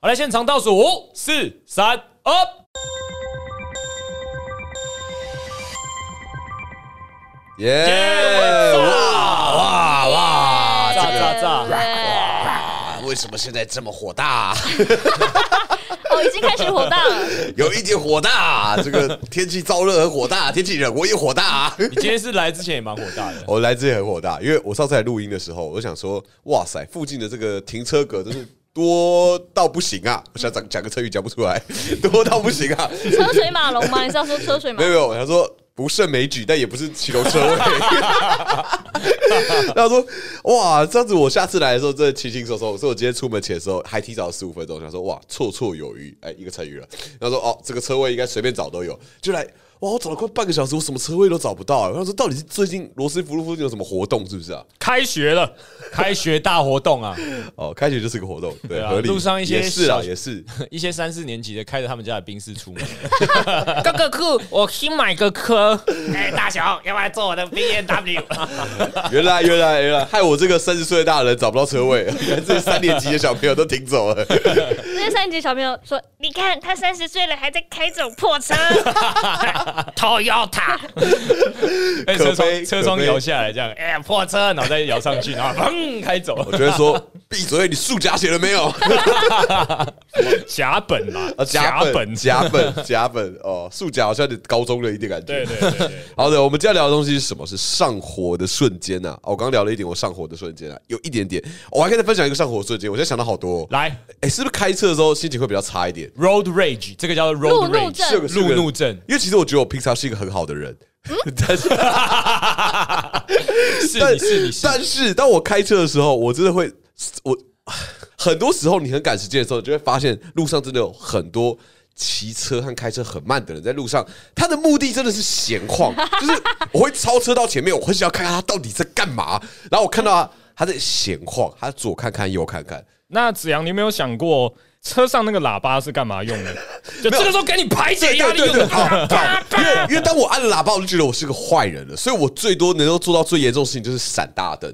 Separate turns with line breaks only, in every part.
好来，现场倒数五、四、三、二。
耶！哇哇哇！
炸
啊这个
炸炸！
哇，为什么现在这么火大？
哦，已经开始火大了。
有一点火大，这个天气燥热很火大， 天气冷我也火大。
你今天是来之前也蛮火大 的，
哦我来之前很火大，因为我上次来录音的时候，我就想说，哇塞，附近的这个停车格真是多到不行啊！我想讲讲个成语讲不出来， 多到不行啊！
车水马龙吗？你是要说车水马
没有
龙？
没有，我想说不胜枚举，但也不是骑楼 车位。然后说哇，这样子我下次来的时候真的轻轻松松。所以我今天出门前的时候还提早十五分钟，想说哇，绰绰有余，哎，一个成语了。然后说哦，这个车位应该随便找都有，就来。哇！我找了快半个小时，我什么车位都找不到、啊。然后说，到底是最近罗斯福路附近有什么活动，是不是啊？
开学了，开学大活动啊！
哦，开学就是个活动，对，
对啊
合理。
路上一些
也是啊，
小
也是。
一些三四年级的开着他们家的宾士 出门，
哥哥酷， 我新买个科。哎，大雄，要不要坐我的 B N W？
原来，原来，原来，害我这个 三十岁的大人找不到车位， 原来这三年级的小朋友都停走了。
那些三级小朋友说：“你看他三十岁了，还在开这种破车。
Toyota，
被
可
哎车窗
悲
车窗
可悲
摇下来，这样哎破车，然后再摇上去，然后砰开走，
我就会说：“闭嘴，你数甲写了没有？”
甲本嘛
啊，，甲本，
本，
甲本，甲本哦，数甲好像有点高中的一点感觉。
对对对对，
好的，我们今天聊的东西是什么？是上火的瞬间呐、啊！哦，我刚刚聊了一点我上火的瞬间啊，有一点点。我还跟他分享一个上火的瞬间，我现在想到好多、哦。
来
哎，是不是开车的时候心情会比较差一点？
road rage，这个叫做 road
路怒
rage，
症
这个
路怒症
因为其实我觉得我平常是一个很好的人，但是
是你是你是
但是当我开车的时候，我真的会，我很多时候你很赶时间的时候，你就会发现路上真的有很多。骑车和开车很慢的人在路上，他的目的真的是闲 晃，就是我会超车到前面，我很想要看看他到底在干嘛。然后我看到他他在闲晃，他左看看右看看，
那子阳，你有没有想过车上那个喇叭是干嘛 用的？就这个时候给你
哎
排解压力
对
用
对，
的。
好，好因为因为当我按喇叭，我就觉得我是个坏人了，所以我最多能够做到最严重的事情就是闪大灯，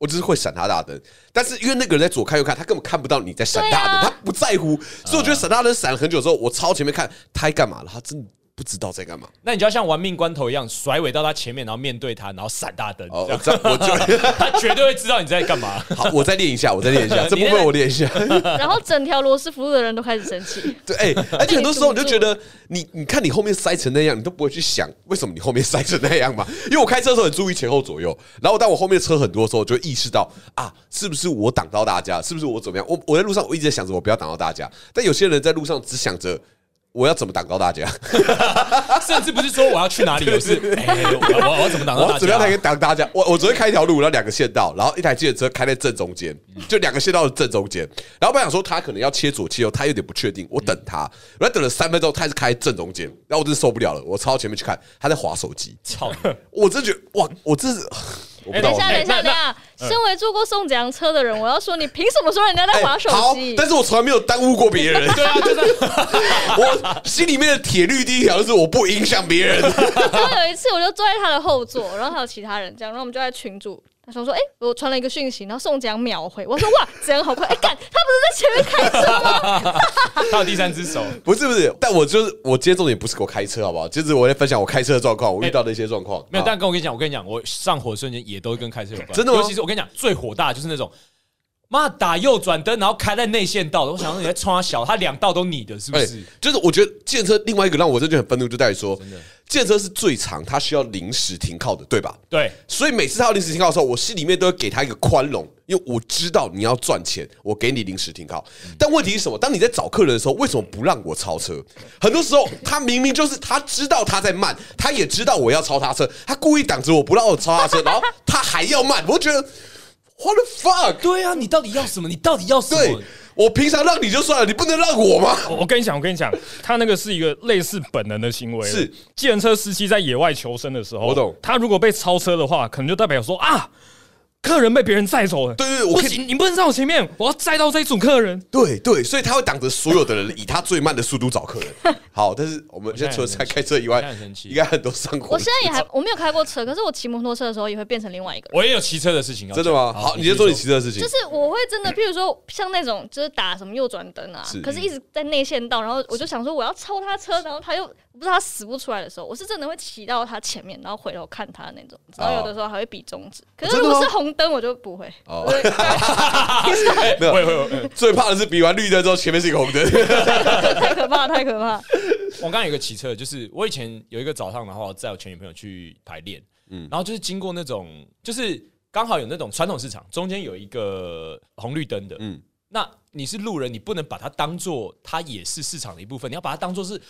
我就是会闪他大灯。但是因为那个人在左看右看，他根本看不到你在闪大灯，
对啊
他不在乎，所以我觉得闪大灯闪了很久之后，我超前面看他在干嘛了，他真的不知道在干嘛。
那你就要像玩命关头一样，甩尾到他前面，然后面对他，然后闪大灯，
哦
这，样
这样我就
他绝对会知道你在干嘛。
好，我再练一下，我再练一下，这部分我练一下。
然后整条罗斯福路的人都开始生 气。
对，哎、而且很多时候你就觉得你，你看你后面塞成那样，你都不会去想为什么你后面塞成那样嘛？ 因为我开车的时候很注意前后左右，然后当我后面车很多的时候，我就会意识到啊，是不是我挡到大家？是不是我怎么样？我我在路上我一直在想着我不要挡到大家，但有些人在路上只想着。我要怎么挡到大家？
甚至不是说我要去哪里，而是哎我我我要怎么挡
我
到
要
大
怎么样才可
家？
以挡大家？我我只会开一条路，然后两个线道，然后一台自行车开在正中间，就两个线道的正中间。然后本来想说他可能要切左切右，他有点不确定，我等他，然后等了三分钟，他还是开正中间，然后我真的受不了了，我超前面去看，他在划手机，
操！
我真的觉得哇，我真是我不知道哎
哎等一
我。
下，等一下，
那
等一下！
嗯
身为坐过宋子阳车的人，我要说，你凭什么说人家在
哎
划手
好
机，？
但是我从来没有耽误过别人。对啊，就是 我心里面的铁律第一条就是我不影响别人。
然后有一次，我就坐在他的后座，然后还有其他人这样，然后我们就在群主。他说说，哎、我传了一个讯息，然后宋子阳秒回，我说哇，子阳好快，哎、干，他不是在前面开车吗？
他有第三只手，
不是不是，但我就是我今天重点不是给我开车好不好？就是我在分享我开车的状况，我遇到的一些状况。
没有。
啊
但跟我跟你讲，我跟你讲，我上火的瞬间也都跟开车有关。
真的吗
尤其是我跟你讲，最火大的就是那种。妈打右转灯，然后开在内线道的，我想说你在冲他小，他两道都你的，是不
哎，
是？
就是我觉得建车另外一个让我真的很愤怒，就在于说，建车是最长，它需要临时停靠的，对吧？
对，
所以每次他要临时停靠的时候，我心里面都会给他一个宽容，因为我知道你要赚钱，我给你临时停靠。但问题是什么？当你在找客人的时候，为什么不让我超车？很多时候他明明就是他知道他在慢，他也知道我要超他车，他故意挡着我不让我超他车，然后他还要慢，我就觉得 what the fuck？
对啊，你到底要什么？你到底要什
对
么？
我平常让你就算了，你不能让我吗？
我我跟你讲，我跟你讲，他那个是一个类似本能的行为。
是，
计程车司机在野外求生的时候，
我懂
他如果被超车的话，可能就代表说啊，客人被别人载走了。
对对对我
不
可以
行，你不能在我前面，我要载到这一组客人。
对对，所以他会挡着所有的人，以他最慢的速度找 客人。好，但是我们现在除了在开车以外
我现在很生，气
应该很多上火。
我现在也还我没有开过车，可是我骑摩托车的时候也会变成另外一个人。
我也有骑车的事情要讲，
真的吗？好，你先说你骑车的事情
就。是我会真的，譬如说像那种就是打什么右转灯啊
是，
可是一直在内线道，然后我就想说我要超他车，然后他又我不知道他死不出来的时候，我是真的会骑到他前面，然后回头看他那种，然后有的时候还会比中指。可是
真
如
的吗
果是红灯，我就不会。
哦
我就
没有
会会
哎
会。
最怕的是比完绿灯之后，前面是一个红灯。
太可怕，太可怕！
我刚刚有一个骑车的，就是我以前有一个早上，然后载我前女朋友去排练，嗯，然后就是经过那种，就是刚好有那种传统市场，中间有一个红绿灯的，
嗯
嗯，那你是路人，你不能把它当做它也是市场的一部分，你要把它当做是。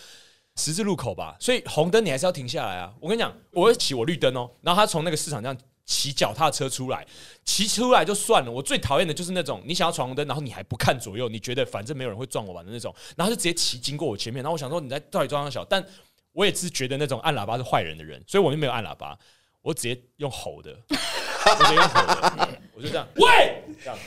十字路口吧，所以红灯你还是要停下来啊！我跟你讲，我会骑我绿灯哦，然后他从那个市场这样骑脚踏车出来，骑出来就算了。我最讨厌的就是那种你想要闯红灯，然后你还不看左右，你觉得反正没有人会撞我吧的那种，然后就直接骑经过我前面。然后我想说你在到底装小，但我也是觉得那种按喇叭是坏人的人，所以我就没有按喇叭，我直接用吼的， 我直接用吼的，我就这样喂这样，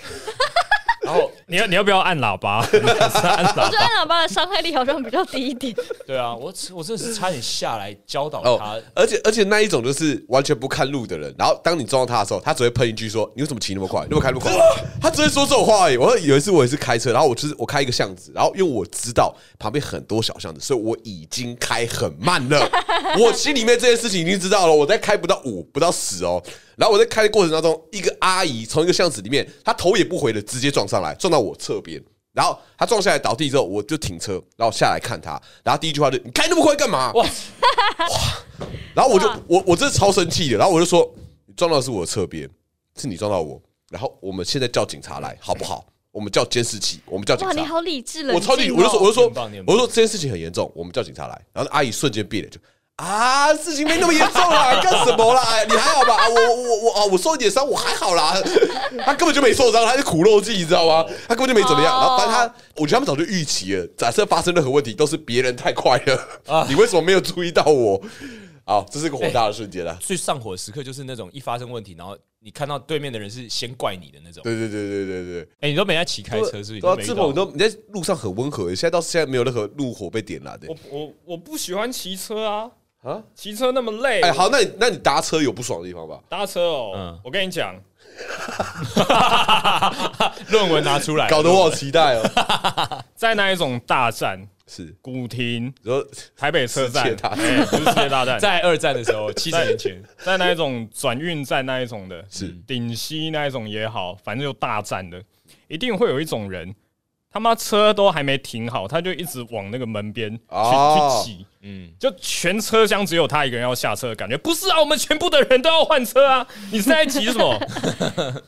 然后
你要你要不要按喇叭？ 是按
我
喇
觉得按喇叭的伤害力好像比较低一点。
对啊，我我真的是差点下来教导他。
哦，而且而且那一种就是完全不看路的人，然后当你撞到他的时候，他只会喷一句说：“你为什么骑那么快？那么开那么快？”他只会说这种话而已。我有一次我也是开车，然后我就是我开一个巷子，然后因为我知道旁边很多小巷子，所以我已经开很慢了。我心里面这件事情已经知道了，我再开不到五不到十哦。然后我在开的过程当中，一个阿姨从一个巷子里面，她头也不回的直接撞上来，撞到我侧边。然后她撞下来倒地之后，我就停车，然后下来看她，然后第一句话就：“你开那么快干嘛？”
哇，
然后我就
哇
我我真的超生气的，然后我就说你撞到的是我的侧边，是你撞到我，然后我们现在叫警察来好不好？我们叫监视器，我们叫警
哇，你哦
察。
好理智了、
我超级，我就说，我就说
哦你很棒你，很
我
棒
就说这件事情很严重，我们叫警察来。然后那阿姨瞬间变脸，就啊，事情没那么严重啦，干什么啦？你还好吧？啊我我我啊，我受一点伤，我还好啦。他根本就没受伤，他是苦肉计，你知道吗？他根本就没怎么样。然后，但他，我觉得他们早就预期了，假设发生任何问题，都是别人太快
啊
了。你为什么没有注意到我？啊，这是个火大的瞬间啦。
最上火的时刻就是那种一发生问题，然后你看到对面的人是先怪你的那种。
对对对对对对。
哎、你都没在骑开车，是不是？你
对啊
都，没遇
志
到
鹏，你都你在路上很温和，现在到现在没有任何路火被点燃的
叭。。我我我不喜欢骑车啊，
啊
啊，骑车那么累。
哎，好，那你那你搭车有不爽的地方吧？
搭车哦，
嗯
我跟你讲，
论文拿出来，
搞得我好期待哦。
在那一种大站，
是，
古亭、
然后
台北车
世界
站，
大战
哎不是世界大站，在
在二战的时候，七十年前，
在那一种转运站那一种的，
是
顶溪那一种也好，反正就大站的，一定会有一种人，他妈车都还没停好，他就一直往那个门边去、
哦
去挤，
嗯，
就全车厢只有他一个人要下车的感觉。不是啊，我们全部的人都要换车啊！ 你是在急什么？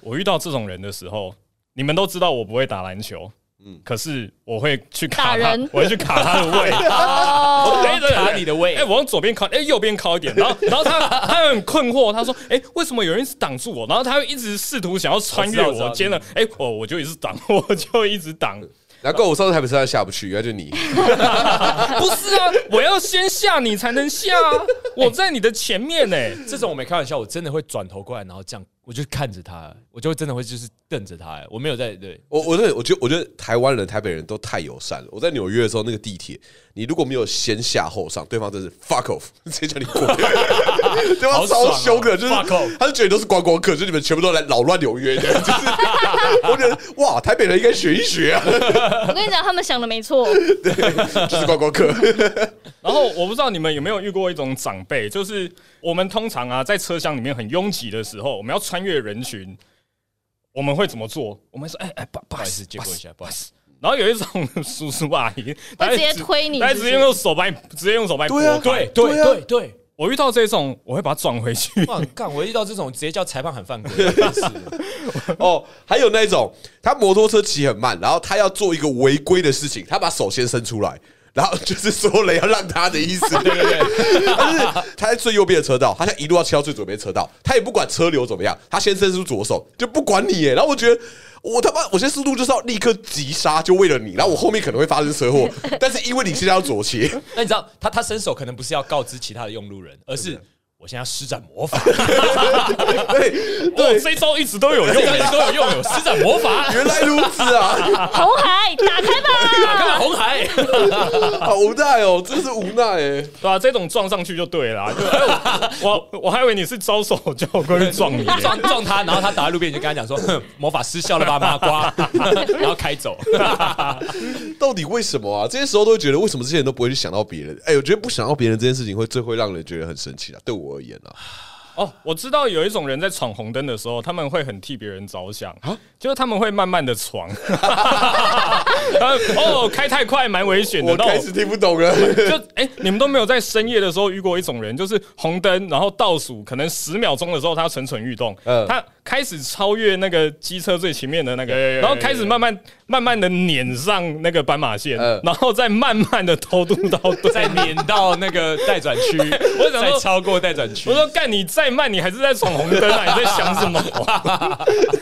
我遇到这种人的时候，你们都知道我不会打篮球，嗯，可是我会去卡
打
他
人，
我会去卡他的位。
哦，
哎对
卡你的位
哎、我往左边靠，哎、右边靠一点，然后， 然后他他很困惑，他说，哎、为什么有人一直挡住我？然后他又一直试图想要穿越
我知道
我，
我知
接
道
着，哎、我我就一直挡，我就一 直挡，
难怪我上次台北车站下不去，原来就你。
不是啊，我要先下你才能下 啊，我在你的前面呢、欸
这种我没开玩笑，我真的会转头过来，然后这样，我就看着他，我就真的会就是瞪着他，我没有在对，
我我真的我觉得我觉得台湾人、台北人都太友善了。我在纽约的时候，那个地铁，你如果没有先下后上，对方真是 fuck off，直接 叫 你滚。对方
好爽
超
哦
凶的，就是
fuck off
他就觉得你都是观光客，就你们全部都来扰乱纽约的。 就是我觉得哇，台北人应该学一学啊，
我跟你讲，他们想的没错，
就是观光客。
然后我不知道你们有没有遇过一种长辈，就是我们通常啊，在车厢里面很拥挤的时候，我们要穿越人群，我们会怎么做？我们会说，哎、哎，不不
不
好
好
意
意
思
思，，借过一下，不好意思，
然后有一种叔叔阿姨，他
会直接推你
他会
是
直
不
接
是
用手把你，直接用手把你拨
对啊
开。
对
对
对
啊
对对，
我遇到这种，我会把他撞回去。
哇，干，我遇到这种直接叫裁判喊犯规，
哦，还有那种他摩托车骑很慢，然后他要做一个违规的事情，他把手先伸出来。然后就是所有人要让他的意思， 对对对，但是他在最右边的车道，他现在一路要切到最左边的车道，他也不管车流怎么样，他先伸出左手就不管你耶。然后我觉得我他妈，我现在速度就是要立刻急刹，就为了你，然后我后面可能会发生车祸， 但是因为你现在要左切，
那你知道他他伸手可能不是要告知其他的用路人，而是我现在要施展魔法，
对，这一招一直都有用，
这个都有用，有施展魔法，
原来如此啊，
红海打开
打开
吧！
红海，
好无奈哦，真是无奈哎。
对吧、这种撞上去就对啦。就哎我我我还以为你是招手叫我过去 撞你，
撞撞他，然后他打在路边，你就跟他讲说哼魔法失效了吧，麻 瓜，然后开走。
到底为什么啊？这些时候都会觉得，为什么这些人都不会去想到别人？哎、我觉得不想到别人这件事情会最会让人觉得很生气啊。对我而言啊，
哦，我知道有一种人在闯红灯的时候，他们会很替别人着想，
啊
就是他们会慢慢的闯。 然后哦，开太快蛮危险的。
我
那
开始听不懂了。
就哎、你们都没有在深夜的时候遇过一种人，就是红灯，然后倒数可能十秒钟的时候，他蠢蠢欲动，
嗯
他开始超越那个机车最前面的那个，
有有有
然后开始慢慢慢慢的撵上那个斑马线，
嗯
然后再慢慢的偷渡到对
再撵到那个待转区， 我
想说
再超过待转区
我。说干，你再慢，你还是在闯红灯啊！ 你在想什么？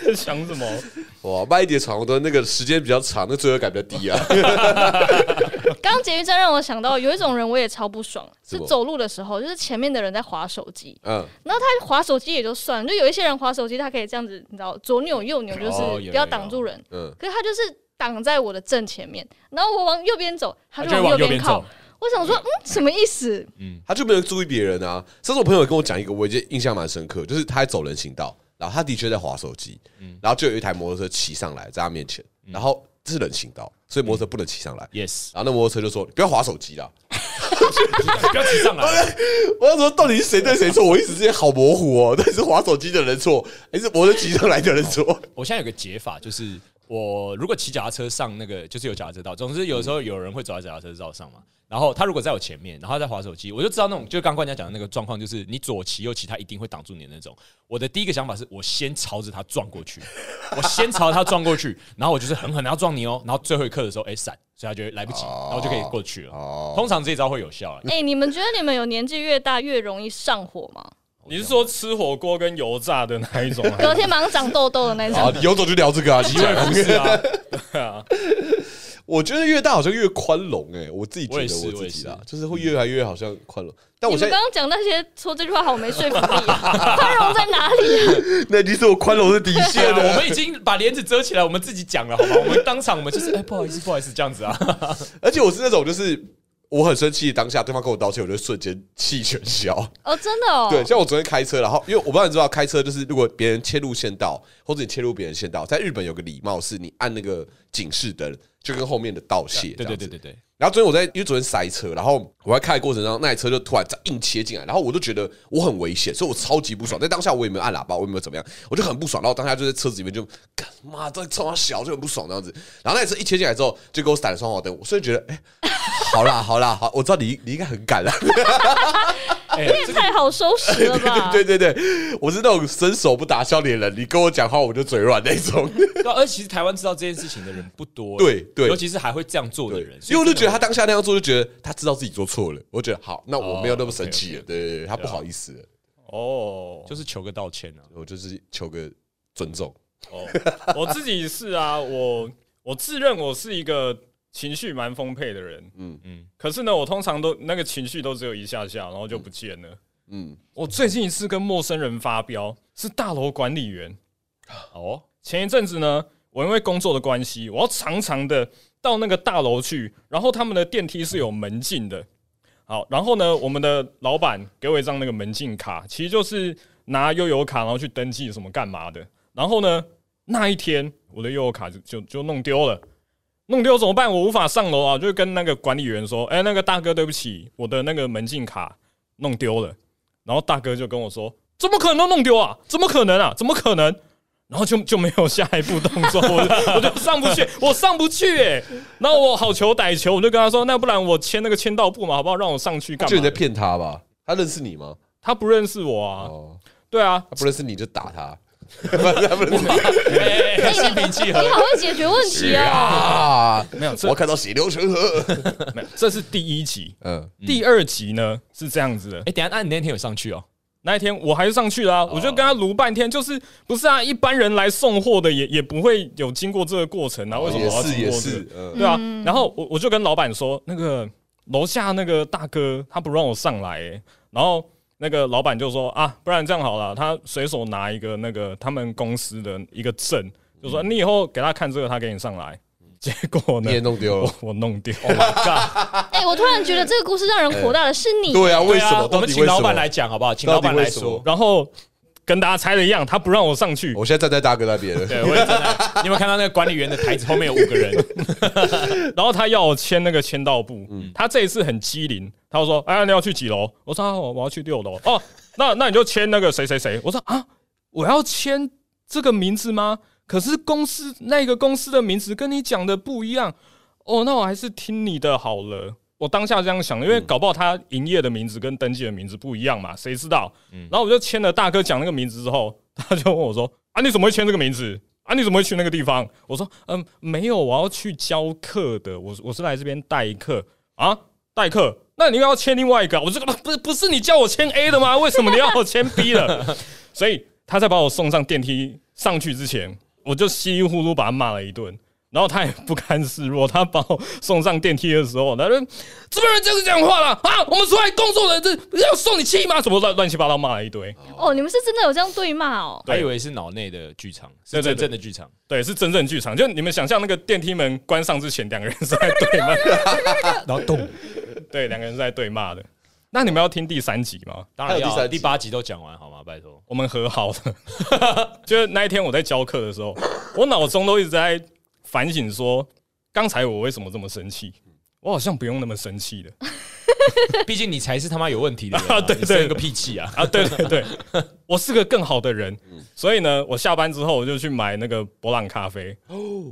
在想什么？
哇，慢一点闯红灯，那个时间比较长，那罪恶感比较低啊。
刚刚捷运站让我想到有一种人，我也超不爽，
什
是
么
走路的时候，就是前面的人在划手机，
嗯，
然后他划手机也就算，了，就有一些人划手机，他可以这样子，你知道左扭右扭，就是
哦有有
不要挡住人，
有嗯
可是他就是挡在我的正前面，然后我往右边走，他
他就
就
会
往
往右
右
边
边
走
靠。我想说，嗯，什么意思？
他就没有注意别人啊。上次我朋友跟我讲一个，我已经印象蛮深刻，就是他在走人行道，然后他的确在划手机，然后就有一台摩托车骑上来在他面前，然后这是人行道，所以摩托车不能骑上
嗯
来。
Yes，
然后那摩托车就说：“你不要划手机啦！”
不要骑上来，
我要说，到底是谁对谁错？我一时之间好模糊哦。到 底是划手机的人错，还是摩托车骑上来的人 错？
我现在有个解法，就是我如果骑脚踏车上那个，就是有脚踏车道，总之有时候有人会走在脚踏车道上嘛。然后他如果在我前面，然后他在划手机，我就知道那种就刚刚人家讲的那个状况，就是你左骑右骑，他一定会挡住你的那种。我的第一个想法是我先朝着他撞过 去，我先朝着他撞过去，然后我就是狠狠的要撞你哦，然后最后一刻的时候，哎闪，所以他就会来不及，然后就可以过去了。
哦，
通常这一招会有效啊，
哎、你们觉得你们有年纪越大越容易上火吗？
你是说吃火锅跟油炸的那一种？
隔天马上长痘痘的 那
好
种。，
有种就聊这个啊，奇怪不
是
是。
啊，对啊，
我觉得越大好像越宽容哎、我自己觉
我
得
也是
我自己啦
我也，
就是会越来越好像宽容。但
你
我
们
现在
刚刚讲那些说这句话好没说服力、啊，宽容在哪里、啊？
那已经是我宽容的底
对
线
啊，
了。
我们已经把帘子遮起来，我们自己讲了，好吗？我们当场我们就是，哎、不好意思，不好意思，这样子啊。
而且我是那种就是。我很生气，当下对方跟我道歉，我就瞬间气全消。
哦，真的哦。
对，像我昨天开车，然后因为我不知道你知道，开车就是如果别人切入线道，或者你切入别人线道，在日本有个礼貌是，你按那个警示灯，就跟后面的道谢。
对对对对。对，
然后昨天我在，因为昨天塞车，然后我在开的过程中，那台车就突然硬切进来，然后我就觉得我很危险，所以我超级不爽。在当下我也没有按喇叭，我也没有怎么样，我就很不爽。然后当下就在车子里面就，干妈这冲他小就很不爽这样子。然后那台车一切进来之后，就给我闪了双黄灯，我瞬间觉得，哎、好啦好啦好，我知道你你应该很赶了。
哎、
你也太好收拾了 吧？
对对对对，我是那种伸手不打笑脸人，你跟我讲话我就嘴软那种。
对啊，而其实台湾知道这件事情的人不多，
对对
尤其是还会这样做的
对
人，，
因为我就觉得他
他
当下那样做，就觉得他知道自己做错了。我觉得好，那我没有那么生气了，对对对，他不好意思了，
哦，
就是求个道歉啊。
我就是求个尊重。
哦，我自己是啊，我我自认我是一个情绪蛮丰沛的人，
嗯
嗯嗯，可是呢，我通常都那个情绪都只有一下下，然后就不见了。
嗯，
我最近一次跟陌生人发飙是大楼管理员，
啊
哦，
前一阵子呢，我因为工作的关系，我要常常的到那个大楼去，然后他们的电梯是有门禁的。好，然后呢，我们的老板给我一张那个门禁卡，其实就是拿悠游卡，然后去登记什么干嘛的。然后呢，那一天我的悠游卡就就就弄丢了。弄丢怎么办？我无法上楼啊！就跟那个管理员说：“哎、那个大哥，对不起，我的那个门禁卡弄丢了。”然后大哥就跟我说：“怎么可能弄丢啊？怎么可能啊？怎么可能？”然后就就没有下一步动作，我就我就上不去，我上不去哎、然后我好求歹求，我就跟他说：“那不然我签那个签到簿嘛，好不好？让我上去干
就你
嘛
在骗他吧？他认识你吗？
他不认识我啊，
哦，
对啊，
他不认识你就打他，他不认识你
哎、心平气和
你，好会解决问题啊！
啊！
没有
我
这
要看到血流成河。
没有这是第一集，
嗯，
第二集呢是这样子的
哎、，等一下，那你那天有上去哦？
那一天我还是上去
哦
啦、我就跟他撸半天，就是不是啊？一般人来送货的也也不会有经过这个过程啊，为什么
也
我要
是
经
也
过、这个
是？，嗯
对啊，然后我我就跟老板说，那个楼下那个大哥他不让我上来、欸，然后那个老板就说啊，不然这样好了，他随手拿一个那个他们公司的一个证，就说你以后给他看这个，他给你上来。结果
嗯
呢
你也，弄 Oh 丢
我
了。
我弄丢。
哎、我突然觉得这个故事让人火大的是你，
对啊，为
对
什
啊
么？
我
到
们
底
请
为
老
什
板
么？
来讲好不好？请老板
到底为
来
什
说
么。
然后跟大家猜的一样，他不让我上去。
我现在站在大哥那边了。
对，我也真的，你有没有看到那个管理员的台子后面有五个人？
然后他要我签那个签到簿，他这一次很机灵，他就说：“哎，你要去几楼？”我说：“啊，我我要去六楼。”哦，那那你就签那个谁谁谁。我说：“啊，我要签这个名字吗？可是公司那个公司的名字跟你讲的不一样。哦，那我还是听你的好了。”我当下这样想，因为搞不好他营业的名字跟登记的名字不一样嘛，谁知道？然后我就签了大哥讲那个名字之后， 他就问我说：“啊，你怎么会签这个名字？啊，你怎么会去那个地方？”我说：“嗯，没有，我要去教课的，我我是来这边代课啊，代课。那你应该要签另外一个啊。我这个不不是你叫我签 A 的吗？为什么你要我签 B 的？ 所以他在把我送上电梯上去之前，我就稀里糊涂把他骂了一顿。”然后他也不甘示弱，他把我送上电梯的时候，他说：“怎么有人这样子讲话了啊？我们出来工作的，这要受你气吗？什么乱乱七八糟骂了一堆。”
哦，你们是真的有这样对骂哦。
还以为是脑内的剧场，是
对对
真
对
正的剧场。
对，是真正剧场，就你们想象那个电梯门关上之前，两个人是在对骂，
然后动，
对，两个人是在对骂的。那你们要听第三集吗？
当然
还有第
要
三
啊
集
第八集都讲完好吗？拜托，
我们和好的， 就是那一天我在教课的时候，我脑中都一直在反省说，刚才我为什么这么生气？我好像不用那么生气的
毕竟你才是他妈有问题的人啊，
啊对
你生
对
个屁气啊！
啊！对对对，我是个更好的人。所以呢，我下班之后我就去买那个博朗咖啡。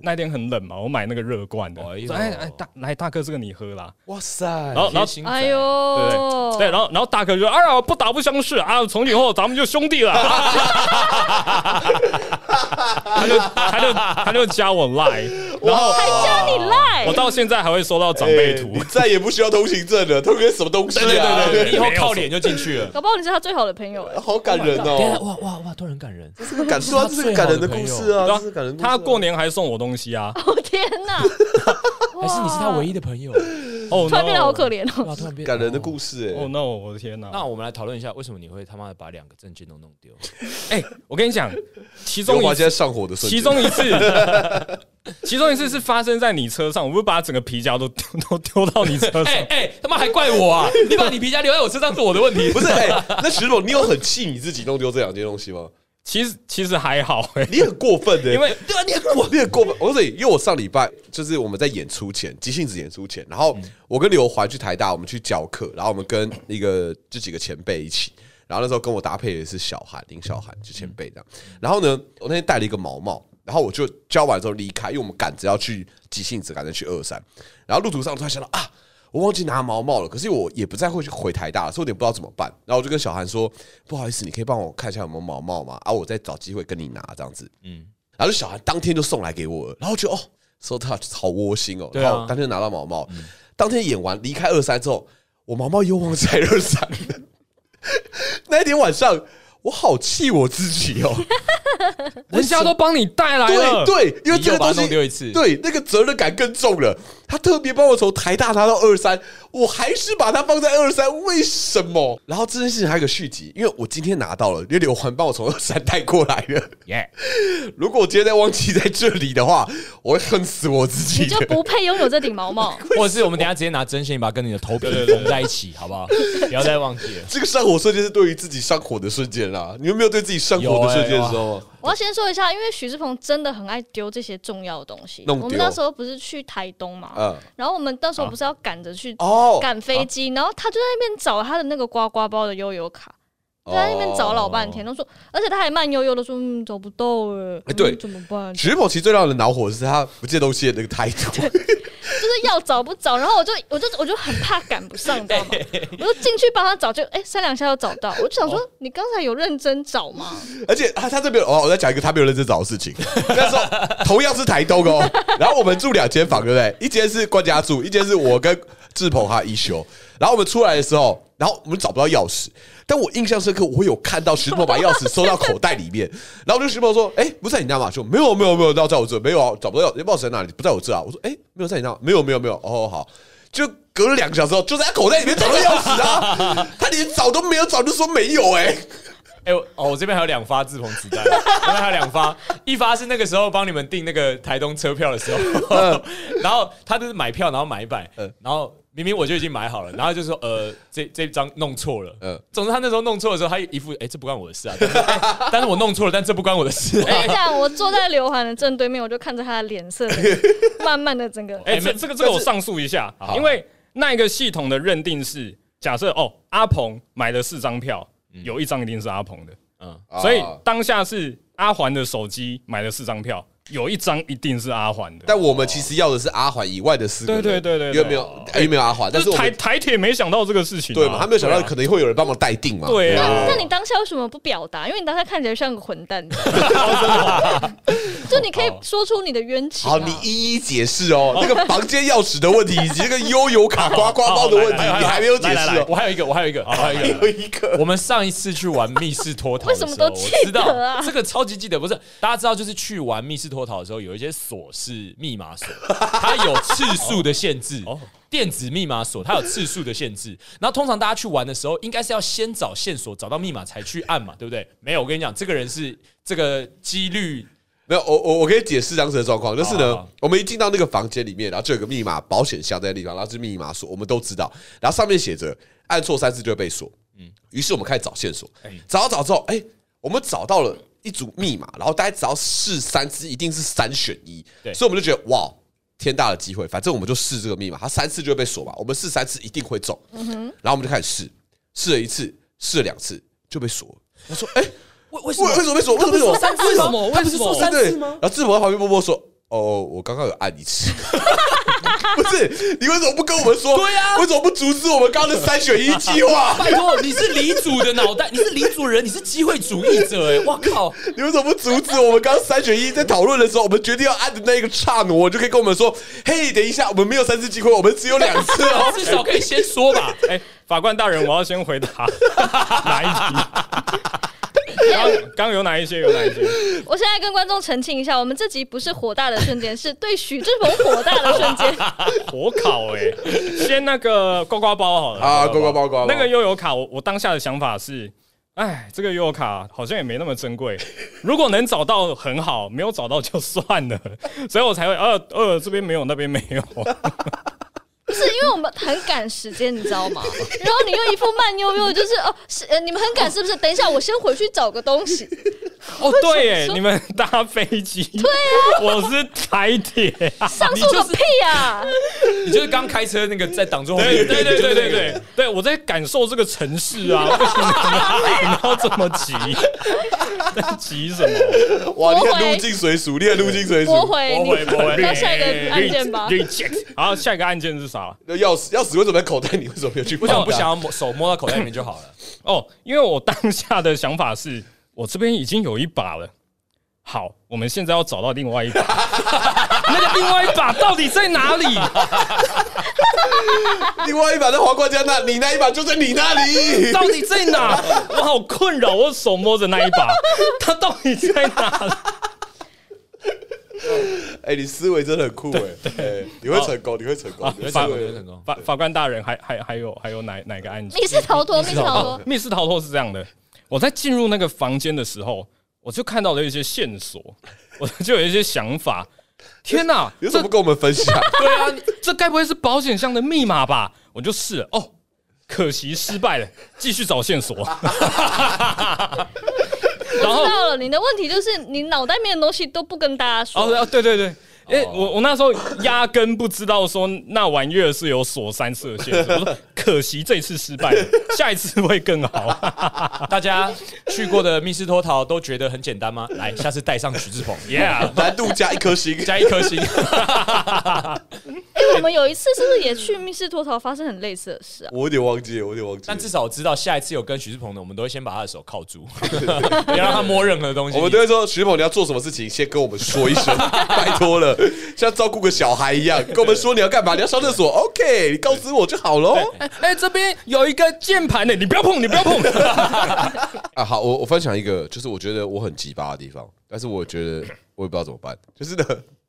那天很冷嘛，我买那个热罐的。
哎呦
说哎哎，大来大哥，这个你喝啦。
哇塞！
然后然后
贴心仔
哎呦，
对，然后然后大哥就说：“哎呀，不打不相识啊，从今以后咱们就兄弟了。 啊”他就他就他就加我 line，然后
还加你赖
我，到现在还会收到长辈图
哎你，再也不需要通行证了，通个什么东西啊？
对对对对
你以后靠脸就进去了。
搞不好你是他最好的朋友 哎。
好感人哦！
哇哇哇，突然感人，
这个感受啊，这是个感人的故事啊，这
对吧
是感人的故事啊。
他过年还送我东西 啊，
我哦天哪，
还
还
是你是他唯一的朋友？
哦，
突然变得好可
怜。
怜哦。
哇，突然变
感人的故事
哦
哎，
no！我的天哪！
那我们来讨论一下，为什么你会他妈的把两个证件都弄丢？
哎，我跟你讲，其
中
中
华
一
现在上火的瞬间，
其中一次， 其中一次是发生在你车上，我不是把整个皮夹都丢 都丢到你车 上
哎，哎，他妈还怪我 啊！你把你皮夹留在我身上是我的问题。
不是哎，那石总，你有很气你自己弄丢这两件东西吗？
其实其实还好 哎，
你很过分的、
因为
对啊，你很过，你很过分。我说你，因为我上礼拜就是我们在演出前，即兴子演出前，然后
嗯
我跟刘环去台大，我们去教课，然后我们跟一个这几个前辈一起，然后那时候跟我搭配的是小韩林小韩，就前辈这样。
嗯
然后呢，我那天戴了一个毛帽，然后我就教完之后离开，因为我们赶着要去即兴子，赶着去二三，然后路途上突然想到啊。我忘记拿毛帽了，可是我也不再会去回台大了，所以我有点不知道怎么办。然后我就跟小韩说：“不好意思，你可以帮我看一下有没有毛帽吗？啊，我再找机会跟你拿这样子。”嗯，然后就小韩当天就送来给我了，然后就哦，so touch，好窝心哦。
对啊嗯
然后当天就拿到毛帽，当天演完离开二三之后，我毛毛又忘在二三 了。那一天晚上，我好气我自己哦。
人家都帮你带来了，
对对，因为这
你
个
又把它
东西
弄丢一次
对那个责任感更重了。他特别帮我从台大拿到二三，我还是把它放在二三，为什么？然后这件事情还有个续集，因为我今天拿到了，因为刘环帮我从二三带过来了。
耶，
如果我今天再忘记在这里的话，我会恨死我自己
你就
的。
不配拥有这顶毛 帽，
或者是我们等一下直接拿针线把跟你的头皮
对对对
缝在一起，好不 好？不要再忘记了。
这个上火瞬间是对于自己上火的瞬间啦，你们没有对自己上火的瞬间的时候吗？
我要先说一下，因为许志鹏真的很爱丢这些重要的东西。
弄丢
我们那时候不是去台东嘛，
啊
嗯，
然后我们那时候不是要赶着去
哦，
赶飞机，
啊
然后他就在那边找他的那个刮刮包的悠游卡，
哦
就在那边找老半天，
哦。
他说，而且他还慢悠悠的说，嗯，找不到哎、
哎对
嗯怎么办？
徐志摩其实最让人恼火的是他不借东西的那个态度，
就是要找不找，然后我就我就我就很怕赶不上，你 知道吗？我就进去帮他找，就哎、三两下就找
哦
到，我就想说，你刚才有认真找 吗？
而且他他这边哦，我在讲一个他没有认真找的事情。那时候同样是台东哦，然后我们住两间房，对不对？一间是关家住，一间是我跟志鹏还有一休。然后我们出来的时候，然后我们找不到钥匙，但我印象深刻，我有看到石鹏把钥匙收到口袋里面，然后我就石鹏说：“哎、不在你那嘛？”说：“没有，没有，没有，那在我这，没有啊，找不到钥匙，钥匙在哪里？不在我这啊。”我说：“哎、没有在你那，没有，没有，没有。”哦，好。就隔了两个小时后，就在他口袋里面找到钥匙啊， 他连找都没有找，就说没有哎、
哎、我哦，我这边还有两发自鹏子 弹，我这边还有两发，一发是那个时候帮你们订那个台东车票的时候， 然后他就是买票，然后买一百，
嗯
然后明明我就已经买好了，然后就说呃，这这张弄错了，
嗯
总之他那时候弄错的时候，他一副哎、这不关我的事啊，但是,哎、但是我弄错了，但这不关我的事啊，
我跟你讲，我坐在刘涵的正对面，我就看着他的脸 色，慢慢的整个
哎、
哎
这
没
这个这个我上诉一下
好，
因为那一个系统的认定是，假设哦，阿鹏买了四张票，有一张一定是阿鹏的，
嗯，
所以
啊
当下是阿环的手机买了四张票，有一张一定是阿环的。
但我们其实要的是阿环以外的四个人，
对对对对对
因为没有因为没有阿环，但
就
我
是是台
们
台铁没想到这个事情、啊，
对嘛，他没有想到
对啊
可能会有人帮忙代订嘛，
对啊
那那你当下为什么不表达？因为你当下看起来像个混
哦
蛋， 就你可以说出你的冤情、啊。
哦好，你一一解释哦，那个房间钥匙的问题，以及那个悠游卡刮刮包的问题，
好好好
你还没有解
来
释
来来
哦。
我还有一个，我还有一个，我还有一个。
有一个，
我们上一次去玩密室脱逃的时候，
为什么都记得啊
我知道这个超级记得，不是大家知道，就是去玩密室脱逃的时候，有一些锁是密码锁， 它有次数的限制。
哦
电子密码锁它有次数的限制，然后通常大家去玩的时候，应该是要先找线索，找到密码才去按嘛，对不对？没有，我跟你讲，这个人是这个几率
没有，我我我可以解释当时的状况，就是
好
呢
好好，
我们一进到那个房间里面，然后就有个密码保险箱在那地方，然后是密码锁，我们都知道，然后上面写着按错三次就会被锁，嗯，于是我们开始找线索，找找之后，哎，我们找到了一组密码，然后大家只要试三次，一定是三选一，
对
所以我们就觉得哇。天大的机会，反正我们就试这个密码，它三次就会被锁嘛，我们试三次一定会中，然后我们就开始试，试了一次，试了两次就被锁了。我说，哎、
为为什
为为
么？
什么被锁？为什么被锁？
三次吗？他不是说三
对
次吗？
然后志鹏在旁边默默说：“哦，我刚刚有按一次。” 不是，你为什么不跟我们说？
对啊
为什么不阻止我们刚刚的三选一计划？
拜托，你是李主的脑袋，你是李主人，你是机会主义者哎！我靠，
你为什么不阻止我们刚刚三选一在讨论的时候，我们决定要按的那一个刹那，我就可以跟我们说：“嘿，等一下，我们没有三次机会，我们只有两 次哦。
啊至少可以先说吧。
哎、法官大人，我要先回 答哪一题？刚刚刚有哪一些？有哪一些？
我现在跟观众澄清一下，我们这集不是火大的瞬间，是对许志鹏火大的瞬间。
火烤哎、先那个刮刮包好了
啊刮刮包刮刮包
那个悠游卡，我我当下的想法是，哎，这个悠游卡好像也没那么珍贵，如果能找到很好，没有找到就算了，所以我才会呃呃这边没有那边没有，
不是因为我们很赶时间，你知道吗？然后你又一副慢悠悠，就是哦，是呃，你们很赶是不是？等一下，我先回去找个东西。
哦对哎，
说
你们搭飞机，对啊，我是台铁、
上诉个屁啊！
你就是刚开车那个在挡住后
对
面，
哎对对对对
对
对，对我在感受这个城市啊， 为什么你们要这么急？在急什么？”
哇，你
驳
很
回
入境随俗，你很入境随俗。
驳回，
驳回
你
驳回，
到下一个案件吧。
Reject。好，下一个案件是啥？
那钥匙，钥匙为什么在口袋？你为什么没有去
不
放
想
它？
啊
不想要摸手摸到口袋里面就好了。
哦，因为我当下的想法是，我这边已经有一把了。好，我们现在要找到另外一把， 那个另外一把到底在哪里？
另外一把在皇冠家那，你那一把就在你那 里。
到底在哪？我好困扰，我手摸着那一把，它到底在哪里？
哎、你思维真的很酷哎、哎、你会成功，你会成功，
你
你
会
会成
成
功
功，你会成功。
法法官大人还还还有还有哪哪个案件？
密室逃脱，密室逃脱，
哦密室逃脱是这样的，我在进入那个房间的时候，我就看到了一些线索，我就有一些想法。天哪，
有什么
这
不跟我们分享？
对啊，这该不会是保险箱的密码吧？我就试了，哦，可惜失败了，继续找线索。然
我
后
知道了，你的问题就是你脑袋里面的东西都不跟大家说。
哦，对对对，哎、我我那时候压根不知道说那玩意儿是有锁三射线，我说可惜这次失败了，下一次会更好。
大家去过的密室脱逃都觉得很简单吗？ 来，下次带上徐志鹏，
Yeah，
难度加一颗星，
加一颗星。
哎、我们有一次是不是也去密室脱逃，发生很类似的事啊？
我有点忘记了，我有点忘记
但
了。
至少我知道下一次有跟徐志鹏的，我们都会先把他的手铐住， 别让他摸任何东西。
我们都会说，徐某你要做什么事情，先跟我们说一声，拜托了，像照顾个小孩一样，跟我们说你要干嘛，你要上厕所，OK，你告知我就好喽。
哎、这边有一个键盘的，你不要碰，你不要碰。
啊，好，我我分享一个，就是我觉得我很鸡巴的地方，但是我觉得我也不知道怎么办，就是呢，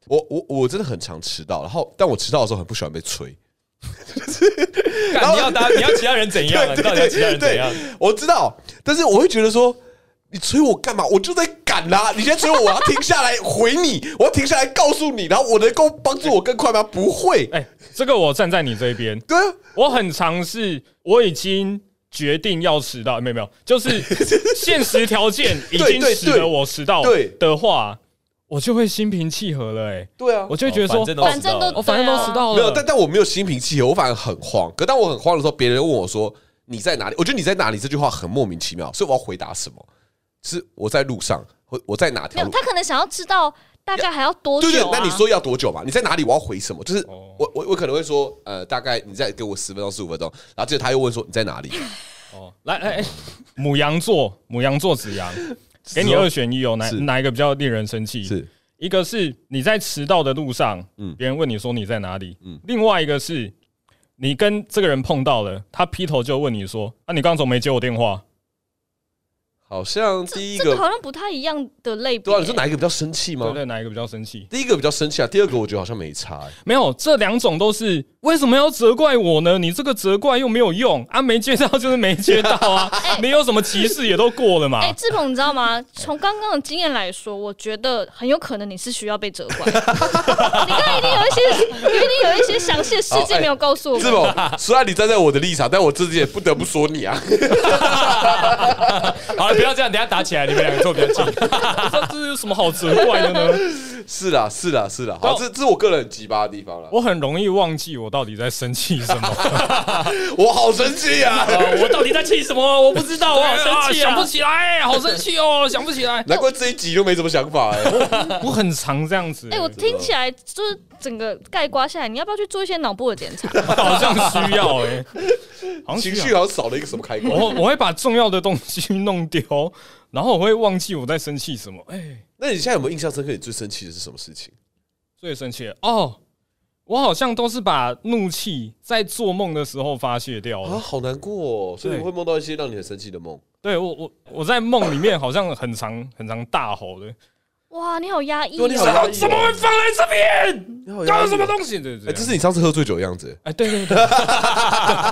我我我真的很常迟到，然后但我迟到的时候很不喜欢被催，
干你要大家，你要其他人怎样啊？你到底要其他人怎样？
我知道，但是我会觉得说，你催我干嘛？我就在赶啦、你先催我，我要停下来回你，我要停下来告诉你，然后我能够帮助我更快吗？不会，
哎、这个我站在你这边，
对啊，
我很尝试，我已经决定要迟到，没有没有，就是 现实条件已
对
经
对
使
对
得我迟到
对
的话，我就会心平气和了、哎，
对啊
我。就会觉得说，
反正都
反正
哦
都
我反正都迟到了，
没哦有，但但我没有心平气和，我反而很慌。可当我很慌的时候，别人问我说你在哪里？我觉得你在哪里这句话很莫名其妙，所以我要回答什么？是我在路上，或我在哪
没
条
有，
路？
他可能想要知道大概还要多久、
对
啊、
对，那你说要多久嘛？你在哪里？我要回什么？就是
哦
我我我可能会说，呃，大概你再给我十分钟、十五分钟，然后接着他又问说你在哪里？
哦，来，哎、哎，母羊座，母羊座子羊，给你二选一哦，哪
哦是
哪一个比较令人生气？
是
一个是你在迟到的路上，
嗯
别人问你说你在哪里，
嗯
另外一个是你跟这个人碰到了，他劈头就问你说，啊，你刚刚怎么没接我电话？
好像第一
这个
个
好像不太一样的类别。
对啊，你说哪一个比较生气
对
吗？
对，哪一个比较生气？
第一个比较生气啊，第二个我觉得好像没差欸。
没有，这两种都是为什么要责怪我呢？你这个责怪又没有用啊， 没接到就是没接到 啊，你有什么歧视也都过了嘛
哎、。志鹏，你知道吗？从刚刚的经验来说，我觉得很有可能你是需要被责怪。你刚刚一定有一些，一定有一些详细的事件没有告诉我
志
们。
某，虽然你站在我的立场，但我自己也不得不说你啊。
好了，不要这样，等一下打起来，你们两个坐比较近。
这这有什么好责怪的呢？
是啦，是啦，是啦。好，这这是我个人很鸡巴的地方了。
我很容易忘记我到底在生气什么。
我好生气啊！
啊我到底在气什么？我不知道，我好生气啊！
想不起来，好生气哦，想不起 来。
难怪这一集都没什么想法哎。
我很常这样子，
哎、我听起来就是整个盖刮下来，你要不要去做一些脑部的检查？
欸好像需要哎，好像
情
需
绪
要。
好像少了一个什么开关。
我我会把重要的东西弄丢，然后我会忘记我在生气什么。哎，
那你现在有没有印象深刻？你最生气的是什么事情？
最生气了哦，我好像都是把怒气在做梦的时候发泄掉
啊，
了。
好难过哦。所以你会梦到一些让你很生气的梦。
对我我我在梦里面好像很常很常大吼的，
哇，你好压抑、
对啊你好
哦。
压抑
怎么会
啊
放在这边？
哦。
搞什么东西？对对
哎，这是
对，
你上次喝醉酒的样子。欸
哎对 对对，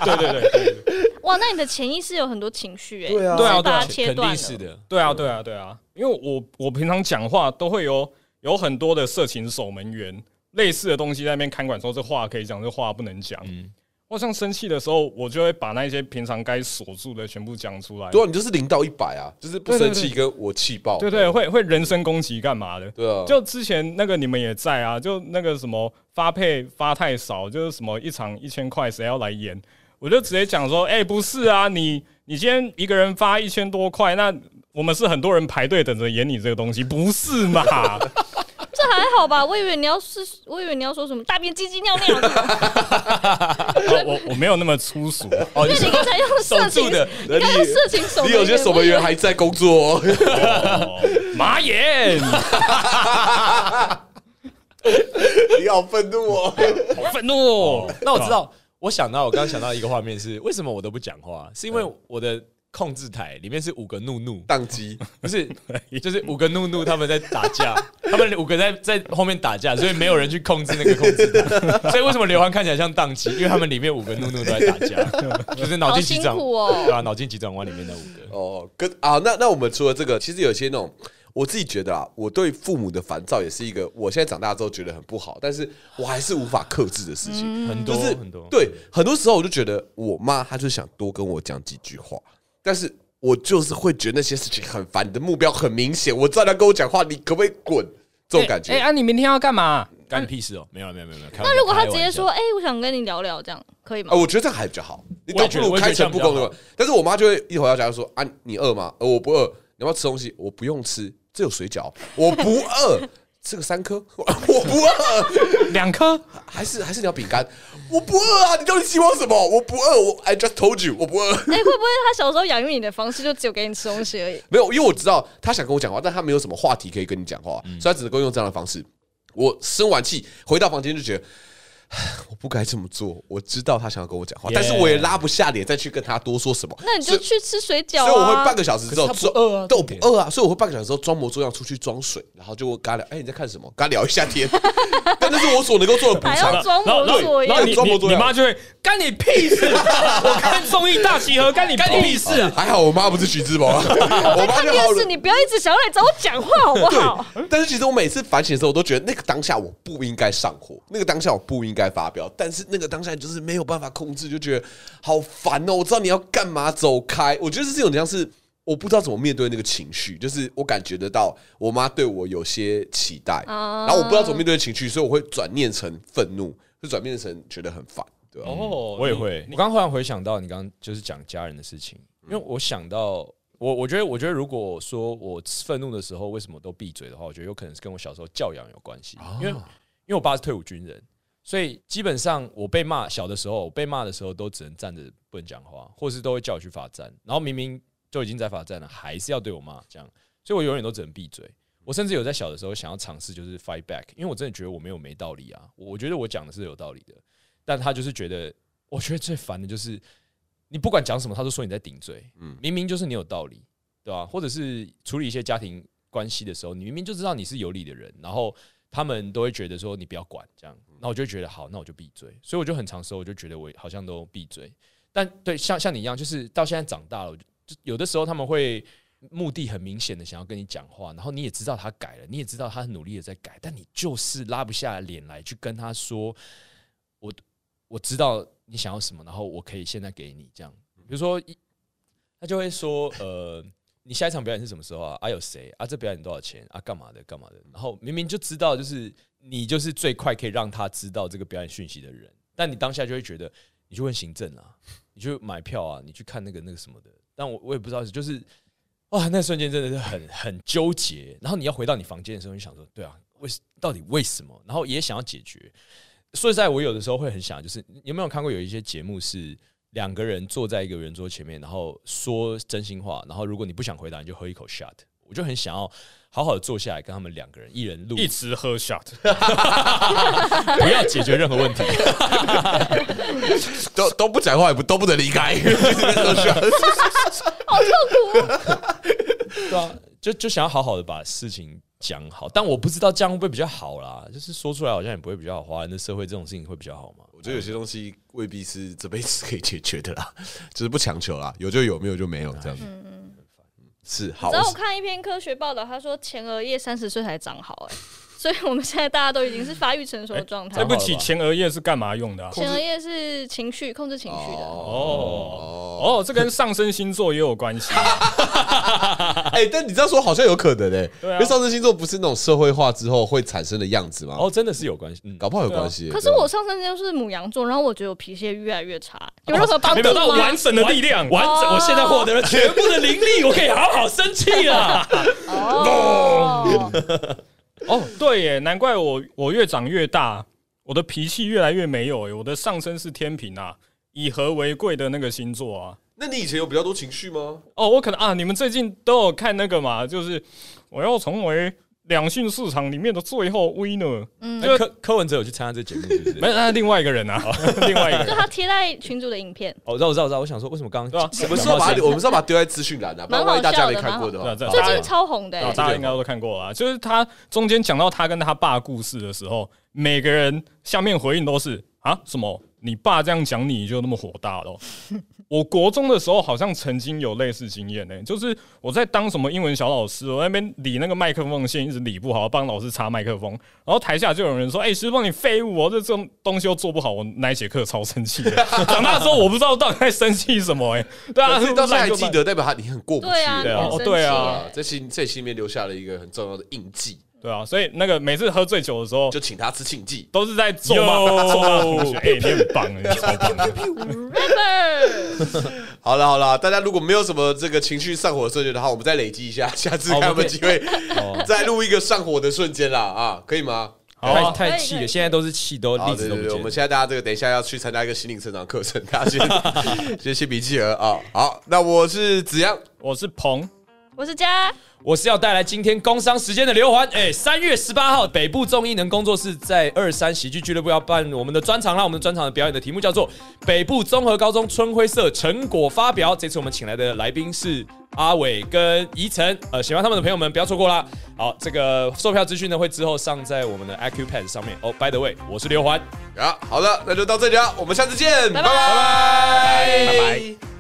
对对对对。
哇，那你的潜意识有很多情绪哎、
对啊
你是
对啊对
把
啊
它切
肯
断
定
了。
是的，
对啊，对啊，对啊，因为我我平常讲话都会有有很多的色情守门员类似的东西在那边看管，说这话可以讲，这话不能讲。
嗯
我像生气的时候，我就会把那些平常该锁住的全部讲出来。
对啊，你就是零到一百啊，就是不生气跟我气爆。
对对，会会人身攻击干嘛的？
对啊，
就之前那个你们也在啊，就那个什么发配发太少，就是什么一场一千块，谁要来演？我就直接讲说，哎、不是啊，你你今天一个人发一千多块，那我们是很多人排队等着演你这个东西，不是 嘛？哦
这还好吧？我以为你要是，我以为你要说什么大便、鸡鸡、尿尿什么，
我我我没有那么粗俗，
哦，
因
你
为你刚才用色
守
情，
住的
你
那
刚才用色情守
你
门
有些守门员还在工作哦。
马眼，
你好愤怒哦！
好愤怒哦、
那我知道，我想到我刚刚想到一个画面是，为什么我都不讲话？是因为我的控制台里面是五个怒怒，
宕机，
不是，就是五个怒怒他们在打架， 他们五个在在后面打架，所以没有人去控制那个控制台。所以为什么刘欢看起来像宕机？因为他们里面五个怒怒都在打架，就是脑
好
筋急
辛
转
苦哦
对。啊，脑筋急转弯里面的五个。
哦，跟啊，那那我们除了这个，其实有些那种，我自己觉得啊，我对父母的烦躁也是一个，我现在长大之后觉得很不好，但是我还是无法克制的事
嗯
情。
很多、
就是
很多，
对，很多时候我就觉得我妈她就想多跟我讲几句话，但是我就是会觉得那些事情很烦，你的目标很明显，我知道你要跟我讲话，你可不可以滚？这种感觉。
哎、啊，你明天要干嘛？
干你屁事哦！没有没有没有没有。
那
那
如果他直接说，哎、我想跟你聊聊，这样可以吗
啊，？我觉得这样还比较好，你
我
倒
也
不
觉得
如开诚布公
我也觉得这样
的
比。
但是我妈就会一回到家就说：“啊，你饿吗？呃，我不饿，你要不要吃东西？我不用吃，这有水饺，我不饿。这个三颗， 我不饿，
两颗，
还是还是你要饼干？我不饿啊！你到底希望什么？我不饿，我 I just told you，我不饿。
哎、会不会他小时候养育你的方式就只有给你吃东西而已？
没有，因为我知道他想跟我讲话，但他没有什么话题可以跟你讲话，
嗯
所以他只能够用这样的方式。我生完气回到房间就觉得。唉我不该这么做，我知道他想要跟我讲话
Yeah
但是我也拉不下脸再去跟他多说什么。
那你
所
就
以
去吃水
所
饺
以我会
啊
半！个小时之后
可是他不饿啊
对，我
重
不
点
饿啊，所以我会半个小时之后装模作样出去装水，然后就跟他聊，哎、你在看什么？跟他聊一下天， 但这是我所能够做的补
还
偿
要。装
然后，
模
然后，
作
然后
样。
你
装模
你
作
你
样
妈 就会干你屁事！我看综艺大集合，干你屁事！啊
还好我妈不是徐志摩啊，我
在
妈
看
就
电
好
视，
了。
你不要一直想要来找我讲话好不好？
但是其实我每次反省的时候，我都觉得那个当下我不应该上火，那个当下我不应该发飙，但是那个当下就是没有办法控制，就觉得好烦哦。我知道你要干嘛，走开。我觉得是这种像是我不知道怎么面对那个情绪，就是我感觉得到我妈对我有些期待，
哦
然后我不知道怎么面对情绪，所以我会转念成愤怒，会转变成觉得很烦， 对吧？
哦
嗯我也会。嗯我刚忽然回想到你刚刚就是讲家人的事情，因为我想到我，我觉得，我觉得如果说我愤怒的时候为什么都闭嘴的话，我觉得有可能是跟我小时候教养有关系，因为因为我爸是退伍军人，所以基本上我被骂小的时候，我被骂的时候都只能站着不能讲话，或是都会叫我去罚站，然后明明就已经在罚站了，还是要对我骂这样，所以我永远都只能闭嘴。我甚至有在小的时候想要尝试就是 fight back，因为我真的觉得我没有没道理啊，我我觉得我讲的是有道理的，但他就是觉得我觉得最烦的就是你不管讲什么，他都说你在顶嘴。嗯，明明就是你有道理，对吧、或者是处理一些家庭关系的时候，你明明就知道你是有理的人，然后他们都会觉得说你不要管这样，那我就觉得好，那我就闭嘴。所以我就很长时候我就觉得我好像都闭嘴，但对像像你一样，就是到现在长大了，我就就有的时候他们会。目的很明显的想要跟你讲话，然后你也知道他改了，你也知道他很努力的在改，但你就是拉不下脸来去跟他说，我我知道你想要什么，然后我可以现在给你这样。比如说，一他就会说，呃，你下一场表演是什么时候啊？啊，有谁啊？这表演多少钱啊？干嘛的？干嘛的？然后明明就知道，就是你就是最快可以让他知道这个表演讯息的人，但你当下就会觉得，你去问行政啊，你去买票啊，你去看那个那个什么的。但我我也不知道，就是哇，那瞬间真的是很很纠结。然后你要回到你房间的时候，你想说，对啊，为到底为什么？然后也想要解决，说实在，我有的时候会很想，就是你有没有看过有一些节目是两个人坐在一个圆桌前面，然后说真心话，然后如果你不想回答，你就喝一口 shot。我就很想要好好的坐下来，跟他们两个人一人录，
一直喝 shot，
不要解决任何问题。
都都不讲话，也不都不能离开。
对啊，就就想要好好的把事情讲好，但我不知道这样会不会比较好啦。就是说出来好像也不会比较好，华人的社会这种事情会比较好吗？
我觉得有些东西未必是这辈子可以解决的啦， 就是不强求啦，有就有，没有就没有这样子。
嗯
是好，
然后
我
我看一篇科学报道，他说前额叶三十岁才长好、哎，所以我们现在大家都已经是发育成熟的状态
哎对。不起，前额叶是干嘛用的啊？
前额叶是情绪控制情绪的，
哦哦，这跟上升星座也有关 系。
哎、但你这样说好像有可能哎、
对啊
因为上升星座不是那种社会化之后会产生的样子吗？
哦，真的是有关系。嗯，
搞不好有关系、
啊可是
对啊吧
我上升就是母羊座，然后我觉得我脾气越来越差，有任何帮
哦没
助
有到
吗？
完整的力量，哦
完整，我现在获得了全部的灵力，我可以好好生气了。
哦，
哦，对耶，难怪我我越长越大，我的脾气越来越没有耶。我的上升是天平啊，以和为贵的那个星座啊。
那你以前有比较多情绪吗？
哦，我可能啊，你们最近都有看那个嘛，就是我要成为两性市场里面的最后 winner，
那柯柯文哲有去参加这节目，是不是？
没有，那是另外一个人啊，另外一个
就
人。
他贴在群主的影片，
哦，我知道，我知道，我知道。我想说，为什么刚
对啊
刚
我们是要把它
讲
我们是要把它丢在资讯栏啊的，不然万一大家没看过的
蛮
话
好笑，的
好
最
大家
近超红的、
啊，
哎
大家应该都看过啊，就是他中间讲到他跟他爸故事的时候，每个人下面回应都是啊什么，你爸这样讲你就那么火大了哦。 我国中的时候好像曾经有类似经验呢、就是我在当什么英文小老师，我在那边理那个麦克风线一直理不好，帮老师插麦克风，然后台下就有人说：“哎、师傅你废物哦，这这种东西又做不好。”我那一节课超生气的， 长大之后我不知道到底在生气什么哎、对啊，
可是你到现在还
烂就
记
烂
得，代表他你很过不去、
对啊，
对
你
啊
很
哦
生气
对啊
哎
在心在心里面留下了一个很重要的印记，
对啊，所以那个每次喝醉酒的时候，
就请他吃庆记。
都是在咒骂咒骂同学，哎、你很棒，你超棒的。
Rapper
好了好了，大家如果没有什么这个情绪上火的瞬间的话，我们再累积 一下，下次
好
看有
我
没
们
有机会
哦
再录一个上火的瞬间啦啊，可以吗？
好啊
太太气
可以可
了，
以
现在都是气都
好，
例
对
子都
对
不
对，我
见了
们。现在大家这个等一下要去参加一个心灵成长课 程，大家先先写笔记了啊。好，那我是子阳，
我是鹏，
我是佳，
我是要带来今天工商时间的刘环。哎，三月十八号，北部众艺能工作室在二三喜剧俱乐部要办我们的专场啦。我们的专场的表演的题目叫做《北部综合高中春晖社成果发表》。这次我们请来的来宾是阿伟跟怡晨，呃，喜欢他们的朋友们不要错过啦。好，这个售票资讯呢会之后上在我们的 Acupad 上面。哦、b y the way，我是刘环。
啊啊，好的，那就到这里了，我们下次见，拜
拜
拜
拜拜。